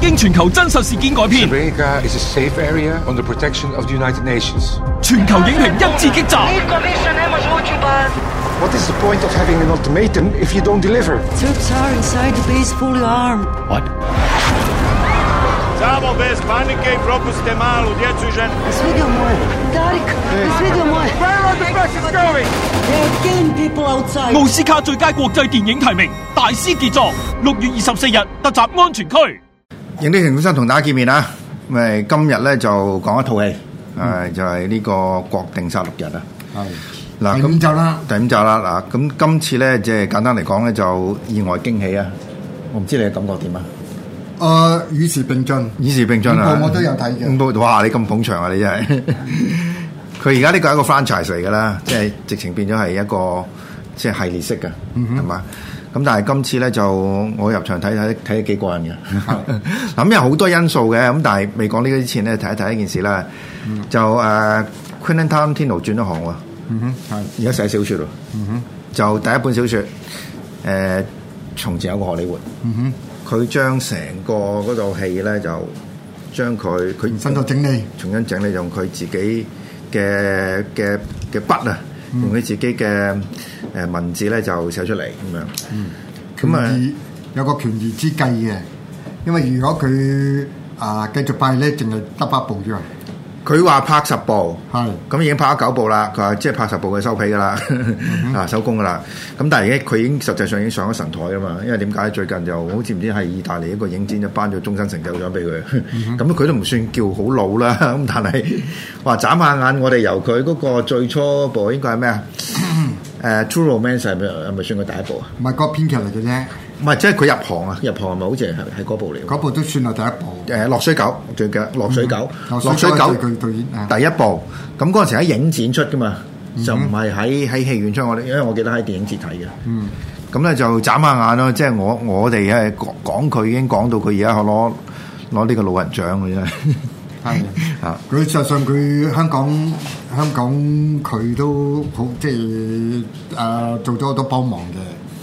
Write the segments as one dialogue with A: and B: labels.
A: 經全球真實事件改編，
B: Jamaica is a safe area under protection of the United Nations.
A: 全球影評一致激集。
B: What is the point of having an ultimatum if you don't deliver?
C: Troops are inside the base fully armed.
D: Samo bez panike i propustite malu djecu i žene.
C: Jesi vidio moje? Darik, jesi vidio moje? Where are the Russians going? There are game people outside.
A: 奧斯卡最佳國際電影提名，大師傑作。六月二十四日特集安全區。
E: 影啲情本身同大家見面啦。咁誒今日咧就講一套戲，誒、
F: 嗯
E: 就係、呢個《國定殺戮日》啊。嗱，
F: 第五集啦
E: 第五集啦。嗱，咁今次咧即係簡單嚟講咧就意外驚喜啊！我唔知你嘅感覺點啊？
F: 誒啊與時並進，
E: 以時並進啊！
F: 五部我都有睇嘅
E: 五部哇！你咁捧場啊！你真係 佢而家呢個係一個 franchise 嚟㗎啦，即係直情變咗係一個即係系列式嘅，
F: 嗯
E: 係嘛、咁但係今次咧就我入場睇睇睇咗幾過癮嘅，
F: 啊
E: 咁因為好多因素嘅，咁但係未講呢個之前咧睇一睇一件事啦，就誒、Quentin Tarantino 轉咗行喎，
F: 嗯哼，嗯
E: 而家寫小説喎，就第一本小説誒、從前有個荷里活。
F: 嗯
E: 佢將成個嗰套戲咧就將佢佢
F: 哼，新作整理，
E: 重新整理，用佢自己嘅嘅嘅筆啊，用佢自己嘅誒文字咧就寫出嚟咁樣。咁啊、
F: 權宜有個權宜之計嘅，因為如果佢啊繼續拍咧，淨係得八部啫，
E: 佢話拍十部，
F: 係
E: 咁已經拍咗九部啦。佢話即係拍十部佢收皮噶啦，
F: 嗯
E: 啊收工噶啦。咁但係而家佢已經實際上已經上咗神台噶嘛。因為點解最近就好似唔知係意大利一個影展就頒咗終身成就獎俾佢，
F: 嗯
E: 咁佢都唔算叫好老啦。咁但係 話眨下眼，我哋由佢嗰個最初部應該係咩啊？
F: 嗯
E: 誒 True Romance 係咪係咪算佢第一部啊？
F: 唔係個編劇嚟嘅啫，
E: 唔係，即係佢入行啊！入行係咪好似係係嗰部嚟㗎？
F: 嗰部都算係第一部。
E: 誒落水狗最嘅落水狗，
F: 嗯
E: 落水狗
F: 落水狗係佢導演啊
E: 第一部。咁嗰陣時喺影展出噶嘛，
F: 嗯
E: 就唔係喺喺戲院出。我哋因為我記得喺電影節睇嘅。嗯。咁咧就眨下眼咯，即係我我哋誒講講佢已經講到佢而家攞攞呢個老人獎嘅啫。
F: 係
E: 啊
F: 佢實際上佢香港香港佢都好即係誒、呃做咗好多幫忙嘅，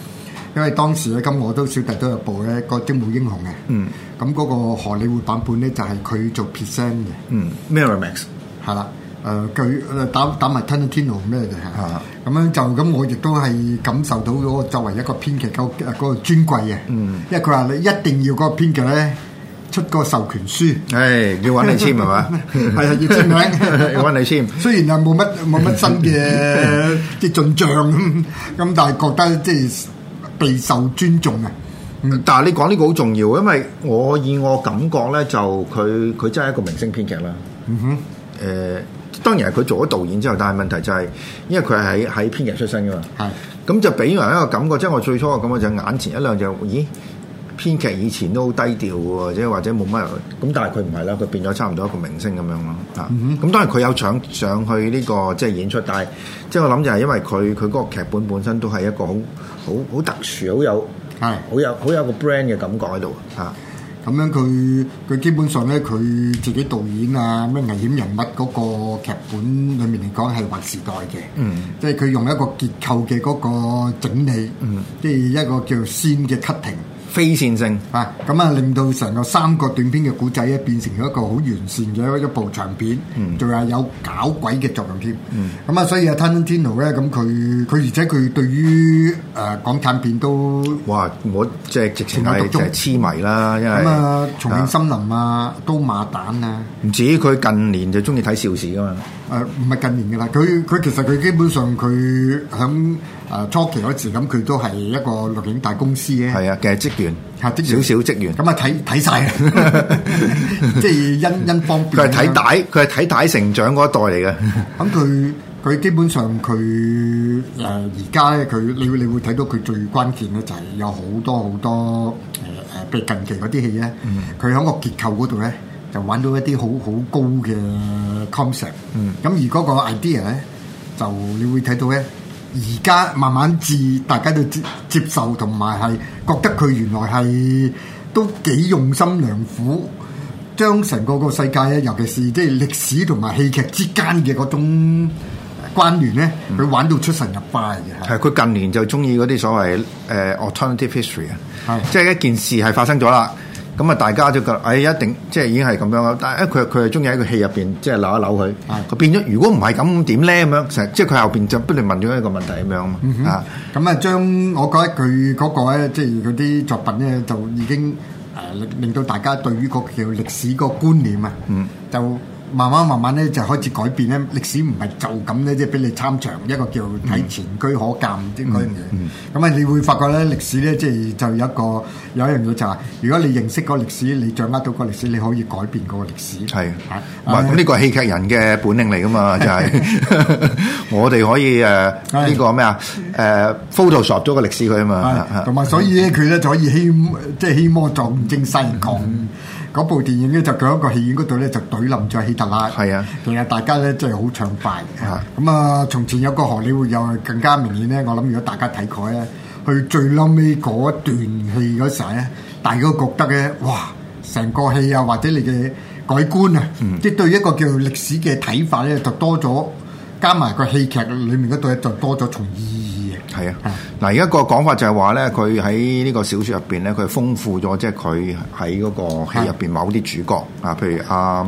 F: 因為當時咧咁我都小弟都有部咧個《精武英雄》嘅，嗯，咁嗰個荷里活版本咧就係、佢做 present 嘅。
E: 嗯，Miramax
F: 係啦。誒佢誒打打埋 t i n t i n o 咩嘅
E: 啊
F: 係，咁樣就咁我亦都係感受到嗰個作為一個編劇嗰誒嗰個尊貴嘅，
E: 嗯
F: 因為佢話你一定要嗰個編劇咧出個授 權書，
E: 誒要揾你簽係嘛？
F: 係啊要簽 名，
E: 要揾你簽。
F: 雖然啊冇乜冇乜新 嘅即係進帳咁，咁但係覺得即係備受尊重啊，
E: 但係你講呢個好重要，因為我以我感覺咧，就佢佢真係一個明星編劇啦。誒、當然係佢做咗導演之後，但係問題就係、因為佢係喺喺編劇出身噶嘛。
F: 係
E: 咁就俾人一個感覺，即係我最初嘅感覺就係眼前一亮就，咦，編劇以前都好低調喎，即係或者冇乜人咁，但係佢唔係啦，佢變咗差唔多一個明星咁樣咯。啊、咁當然佢有上上去呢、個即係演出，但係即係我諗就係因為佢佢嗰個劇本本身都係一個好好好特殊、好有
F: 係
E: 好有好有個 brand 嘅感覺喺度啊。
F: 咁樣佢佢基本上咧，佢自己導演啊，咩危險人物嗰個劇本裏面嚟講係劃時代嘅，
E: 嗯，
F: 即係佢用一個結構嘅嗰個整理，嗯，即係一個叫先嘅 cutting
E: 非線性
F: 啊，咁啊令到成個三個短篇嘅古仔咧啊變成咗一個好完善嘅一部長片，
E: 嗯
F: 仲係有搞鬼嘅作用添，咁啊所以啊 t a n t i n o 咧，咁佢佢而且佢對於誒、呃港產片都
E: 哇！我即係直情係
F: 情有獨
E: 就
F: 鍾
E: 係痴迷啦，因為
F: 咁啊重慶
E: 啊
F: 森林啊、刀馬旦啊。
E: 唔止佢近年就中意睇邵氏噶嘛。
F: 誒啊唔係近年嘅啦，佢佢其實佢基本上佢響誒初期嗰時咁，佢都係一個錄影大公司嘅，
E: 係啊嘅職員，
F: 係嗯職
E: 少
F: 員
E: 少職員。
F: 咁啊睇睇曬啦， 即係因因方便。
E: 佢係睇帶，，佢係睇帶成長嗰一代嚟嘅。
F: 咁佢佢基本上佢誒而家咧，佢你會你會睇到佢最關鍵咧就係有好多好多誒誒，譬如近期嗰啲戲咧，佢喺個結構嗰度咧就玩到一啲好好高嘅 concept。咁而嗰個 idea 咧，就你會睇到咧。而家慢慢至大家都接接受，同埋係覺得佢原來係都幾用心良苦，將成個個世界咧，尤其是即係歷史同埋戲劇之間嘅嗰種呃關聯咧，佢玩到出神入化嘅係
E: 係佢近年就中意嗰啲所謂誒、呃 alternative history 啊
F: 係，
E: 即係一件事係發生咗啦，咁啊大家就覺得，哎一定即係已經係咁樣啦。但係佢佢係中意喺個戲入邊即係扭一扭佢，佢變咗如果唔係咁點咧咁樣，成即係佢後邊就不斷問咗一個問題咁樣啊啊。
F: 咁啊，將我覺得佢嗰個咧，即係嗰啲作品咧，就已經誒令令到大家對於個叫歷史個觀念啊，
E: 嗯
F: 就慢慢慢慢咧就開始改變咧。歷史唔係就咁咧，即係俾你參詳一個叫睇前居可鑑啲嗰樣
E: 嗯
F: 嘢。咁啊，你會發覺咧，歷史咧即係就有一個有一樣嘢就係，如果你認識個歷史，你掌握到個歷史，你可以改變個歷史。
E: 係，
F: 啊
E: 唔係咁呢個係戲劇人嘅本領嚟噶嘛，就係 我哋可以誒呢個咩啊誒 Photoshop 咗個歷史佢啊嘛
F: 係，同，埋所以咧，佢咧就可以欺即係欺魔撞正西降。嗰部電影咧就佢喺個戲院嗰度咧就懟冧咗希特拉，
E: 係啊
F: 其實大家咧真係好暢快
E: 啊。
F: 咁啊，從前有個荷里活又係更加明顯咧，我諗如果大家睇過咧，去最嬲尾嗰段戲嗰時候咧，大家都覺得咧，哇！成個戲啊，或者你嘅改觀啊，
E: 嗯
F: 即係對一個叫歷史嘅睇法咧，就多咗，加埋個戲劇裡面嗰度咧，就多咗重意義嘅。
E: 係啊，嗱而家個講法就係話咧，佢喺呢個小説入邊咧，佢豐富咗即係佢喺嗰個戲入邊某啲主角啊，譬如阿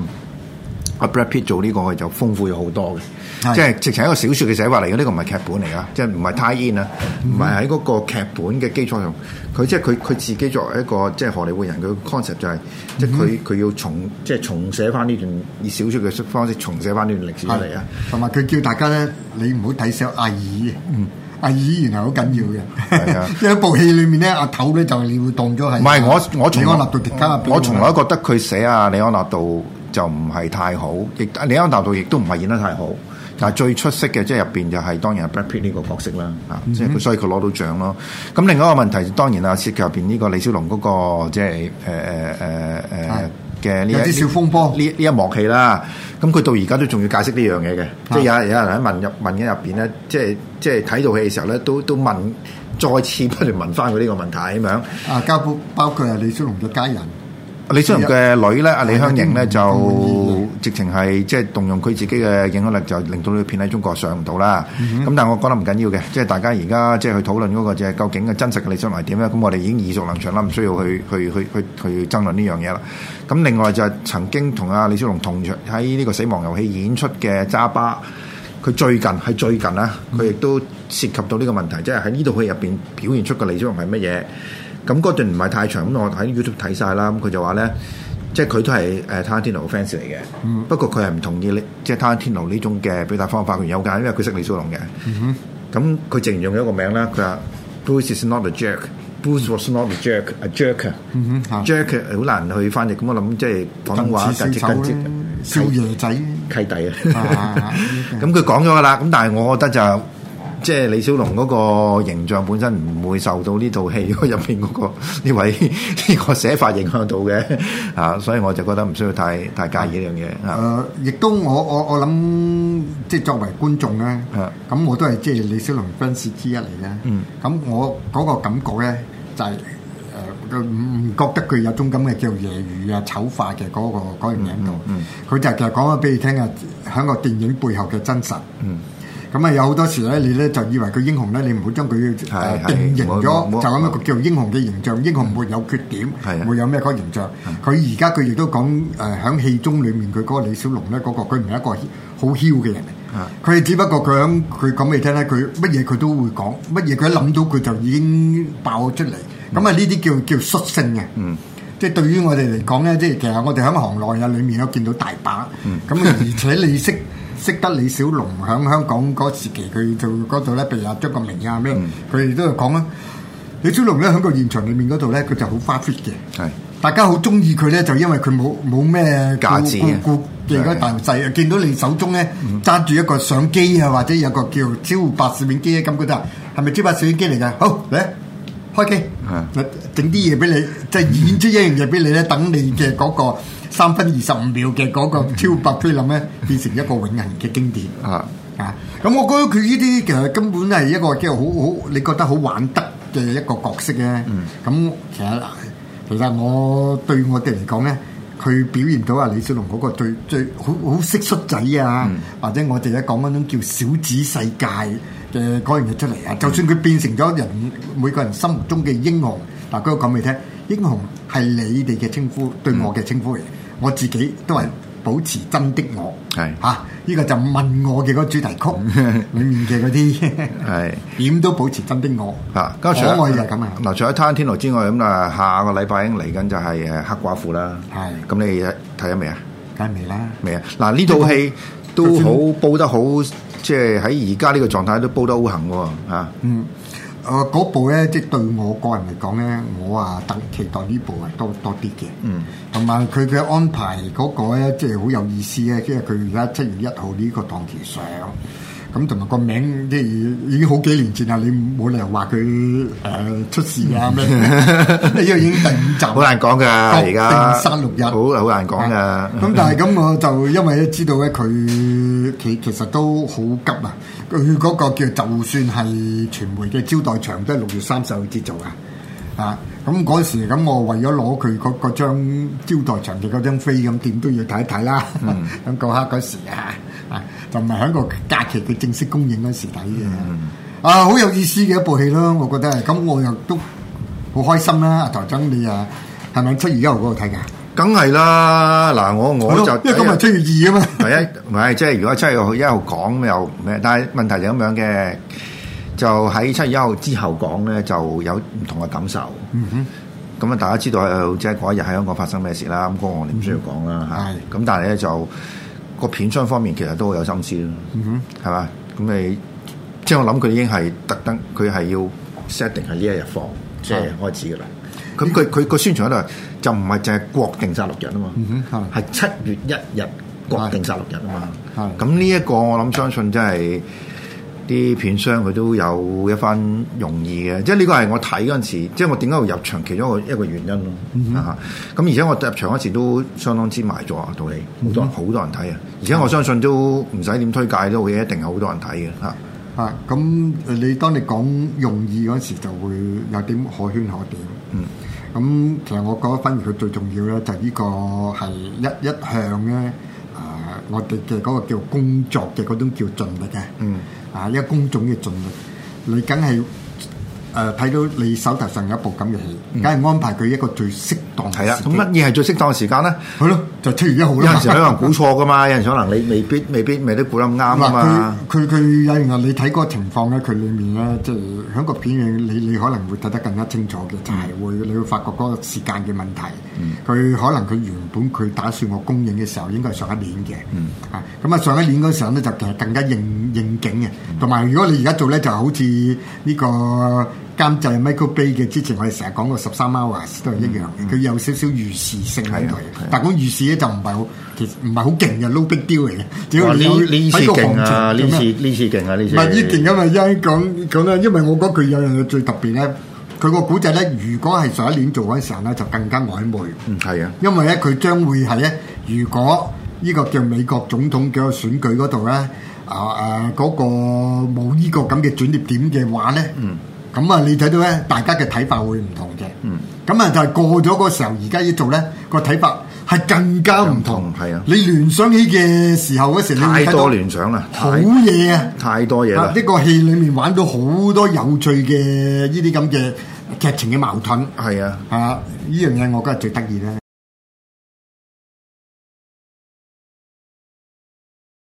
E: 阿 Brad Pitt 做呢個佢就豐富咗好多嘅，
F: 係
E: 即係直情係一個小説嘅寫法嚟嘅，呢個唔係劇本嚟噶，即係唔係 tie in 啊，唔係喺嗰個劇本嘅基礎上，佢即係佢佢自己作為一個即係荷里活人，佢個 concept 就係即係佢佢要重即係重寫翻呢段以小説嘅方式重寫翻呢段歷史出嚟啊！
F: 同埋佢叫大家咧，你唔好睇小阿姨。阿姨原來好緊要
E: 嗯係啊
F: 嘅， 因為部戲裏面咧，阿頭咧就你會當咗係啊
E: 唔係我我從
F: 李安納啊度迪加入邊
E: 我從來覺得佢寫啊李安納度就唔係太好，亦李安納度亦都唔係演得太好。但係最出色嘅即係入邊就係當然係 Brad Pitt 呢個角色啦，啊、
F: 嗯
E: 即係佢所以佢攞到獎咯。咁另外一個問題當然啊，涉及入邊呢個李小龍嗰、個即係呃誒誒誒誒呃嘅呢一
F: 啊有啲小風波
E: 呢呢一幕戲啦。咁佢到而家都仲要解釋呢樣嘢
F: 啊
E: 嘅，即係有有人喺問入問緊入邊咧，即係即係睇到戲嘅時候咧，都都問再次不斷問翻佢呢個問題咁樣。
F: 啊，包括包括係李小龍嘅家人，
E: 李小龍嘅女咧，阿李香凝咧就
F: 嗯
E: 直情係即係動用佢自己嘅影響力，就令到呢片喺中國上唔到啦。咁、但係我覺得唔緊要嘅，即係大家而家即係去討論嗰個就係究竟嘅真實嘅李小龍係點咧？咁我哋已經耳熟能詳啦，唔需要去去去去去爭論呢樣嘢啦。咁另外就係曾經同阿李小龍同場喺呢個《死亡遊戲》演出嘅渣巴。佢最近係最近啦，
F: 嗯
E: 佢亦都涉及到呢個問題，即係喺呢套戲入邊表現出嘅李小龍係乜嘢。咁嗰段唔係太長，咁我喺 YouTube 睇晒啦。咁佢就話咧，即係佢都係誒 Tarantino 嘅 fans 嚟嘅。
F: 嗯
E: 不過佢係唔同意呢，即係 Tarantino 呢種嘅表達方法。佢有解，因為佢識李小龍嘅。
F: 嗯
E: 咁佢淨用咗一個名啦，佢話 Bruce is not a jerk。Bruce was not a jerk, a jerk.
F: 嗯哼
E: jerk 好難去翻譯，咁我諗即係廣東話
F: 近似小丑咧，少 爺仔，
E: 契弟啊
F: 啊！
E: 咁佢講咗噶啦，咁但係我覺得就即係李小龍嗰個形象本身唔會受到呢套戲入邊嗰個呢位呢個寫法影響到嘅啊，所以我就覺得唔需要太太介意呢樣嘢啊。
F: 誒，呃亦都我我我諗，即係作為觀眾咧
E: 啊，
F: 咁我都係即係李小龍 fans 之一嚟嘅
E: 嗯。
F: 咁我嗰個感覺咧，就係誒唔唔覺得佢有種咁嘅叫揶揄啊、醜化嘅嗰個嗰樣嘢喺
E: 嗯
F: 度。佢就其實講咗俾你聽啊，喺個電影背後嘅真實。
E: 嗯
F: 咁啊，有好多時咧，你咧就以為佢英雄咧，你唔好將佢
E: 係
F: 誒定型
E: 係
F: 咗，
E: 冇冇
F: 就咁一個叫英雄嘅形象。英雄沒有缺點
E: 係啊，
F: 沒有咩嗰個形象。佢而家佢亦都講誒喺戲中裡面佢嗰個李小龍咧，嗰、個佢唔係一個好囂嘅人
E: 啊
F: 嚟，佢只不過佢響佢講俾你聽咧，佢乜嘢佢都會講，乜嘢佢一諗到佢就已經爆咗出嚟。咁啊呢啲叫叫率性嘅。嗯即係對於我哋嚟講咧，即係其實我哋喺行內啊，裡面都見到大把。咁、而且你識識得李小龍喺香港嗰時期，佢做嗰度咧，譬如阿張國明啊咩，佢哋、都有講啦。李小龍咧喺個現場裏面嗰度咧，佢就好花 fit 嘅。
E: 係
F: 大家好中意佢咧，就因為佢冇冇咩
E: 架子啊嗯
F: 顧顧嘅嗰大細啊！見到你手中咧揸住一個相機啊，或者有個叫超白攝影機啊，咁佢就話係咪超白攝影機嚟㗎？好嚟開機
E: 啊，
F: 嗱整啲嘢俾你，即係演出一樣嘢俾你咧，等你嘅嗰個三分二十五秒嘅嗰個超白菲林咧，變成一個永恆嘅經典。
E: 嗯啊！
F: 啊！咁我覺得佢呢啲其實根本係一個即係好好，你覺得好玩得嘅一個角色咧。咁、其實其實我對我哋嚟講咧，佢表現到啊李小龍嗰個最最好好識率仔啊，或者我哋咧講嗰種叫小子世界嘅嗰樣嘢出嚟啊。就算佢變成咗人每個人心目中嘅英雄，嗱，佢都講俾你聽，英雄係你哋嘅稱呼，對我嘅稱呼嚟。我自己都係保持真的我。
E: 係
F: 嚇，啊呢個就問我嘅嗰個主題曲裡面嘅嗰啲，
E: 嗯 係
F: 點都保持真的我。
E: 啊，
F: 可
E: 咁除咗
F: 愛就係咁啊。
E: 嗱，除咗《攤天羅》之外，咁啊，下個禮拜已經嚟緊就係誒黑寡婦啦。
F: 係
E: 咁你睇咗未啊？
F: 梗係未啦。
E: 未啊？嗱，呢套戲都好煲得好，即係喺而家呢個狀態都煲得好行喎啊！
F: 嗯，誒、嗰部咧，即係對我個人嚟講咧，我啊特期待呢部係多多啲嘅。
E: 嗯，
F: 同埋佢嘅安排嗰個咧，即係好有意思咧，即係佢而家七月一號呢個檔期上。咁同埋個名即係已經好幾年前啦，你冇理由話佢誒出事 啊咩？因為已經第五集啦，
E: 好難講㗎啊而家
F: 確定三六日，
E: 好好難講㗎
F: 咁但係咁我就因為知道咧，佢其其實都好急啊！佢嗰個叫就算係傳媒嘅招待場都係六月三十號至做噶，啊！咁嗰時咁我為咗攞佢嗰嗰張招待場嘅嗰張飛，咁點都要睇一睇啦。
E: 嗯
F: 咁嗰刻嗰時啊，啊就唔係喺個假期佢正式公映嗰時睇嘅。
E: 嗯
F: 啊，好有意思嘅一部戲咯，我覺得係。咁我又都好開心啦，阿台長你啊，係咪七月一號嗰度睇㗎？
E: 梗係啦，嗱，我我就
F: 因為今日七月二啊嘛。
E: 第一，唔係即係如果七月一號講咁又咩？但係問題就咁樣嘅，就喺七月一號之後講咧，就有唔同嘅感受。咁啊，大家知道呃即係嗰一日喺香港發生咩事啦。咁嗰個我哋唔需要講啦嚇。咁但嗯係咧就個片商方面其實都好有心思咯，係嘛？咁你即係我諗佢已經係特登，佢係要 set 定係呢一日放，即係嗯開始噶啦。咁佢佢個宣傳喺度就唔係淨係國定殺戮日啊
F: 嗯
E: 嘛
F: 哼，
E: 係七月一日國定殺戮日啊嘛。
F: 係
E: 咁呢一個我諗相信真係啲片商佢都有一番用意嘅，即係呢個係我睇嗰陣時，即係我點解會入場其中一個一個原因咯。
F: 嗯
E: 啊咁、而且我入場嗰時都相當之埋咗啊套戲，好
F: 嗯
E: 多人好多人睇啊！而且我相信都唔使點推介都會一定好多人睇嘅嚇。
F: 啊，咁你當你講用意嗰時就會有點可圈可點。嗯。咁其實我覺得反而佢最重要咧，就係呢個係一一向咧，啊，我哋嘅嗰個叫工作嘅嗰種叫盡力嘅。
E: 嗯。
F: 啊，一個工種嘅盡力，你梗係誒睇到你手頭上有一部咁嘅戲，梗係安排佢一個最適當嘅
E: 嗯係啦，啊
F: 時
E: 咁
F: 機
E: 乜嘢係最適當嘅時間咧？
F: 係咯，就七月一號
E: 有
F: 啦。
E: 陣時可能估錯噶嘛，有陣時可能你未必未必未必估得咁啱啊嘛。
F: 佢佢佢有樣你睇嗰個情況咧，佢裡面咧，即係喺個片嘅你你可能會睇得更加清楚嘅，就係、
E: 嗯
F: 會你會發覺嗰個時間嘅問題。佢、可能佢原本佢打算我供應嘅時候應該係上一年嘅，
E: 嗯
F: 啊咁啊上一年嗰時候咧就其實更加應應景嘅，
E: 嗯
F: 同埋如果你而家做咧就好似呢、個。監製 Michael Bay 嘅，之前我哋成日講過十三 hours 都係一樣嘅，佢、有少少預示性喺度
E: 係啊嗯係啊
F: 嘅，但講預示咧就唔係好，其實唔係好勁嘅，no big deal 嚟嘅，只
E: 哇！呢
F: 有
E: 呢次
F: 喺個
E: 勁啊！
F: 行
E: 呢
F: 情咁
E: 次
F: 樣
E: 呢次勁啊！呢次
F: 唔係呢件咁啊，一講講啦，因為我覺得佢有樣嘢最特別咧，佢個古仔咧，如果係上一年做嗰陣時候咧，就更加曖昧，
E: 嗯係啊，
F: 因為咧佢將會係咧，如果呢個叫美國總統嘅選舉嗰度咧，啊誒嗰個冇呢個咁嘅轉捩點嘅話咧，嗯，咁啊你睇到咧，大家嘅睇法會唔同嘅，嗯，咁啊就係過咗個時候，而家要做咧個睇法係更加唔同
E: 唔同，係啊
F: 你聯想起嘅時候嗰時，你會
E: 太
F: 睇
E: 多
F: 到
E: 聯想啦，
F: 好
E: 太
F: 嘢啊！
E: 太多嘢
F: 啊
E: 啦！
F: 呢個戲裡面玩到好多有趣嘅呢啲咁嘅劇情嘅矛盾，
E: 係啊，
F: 啊！呢樣嘢我覺得係最得意啦。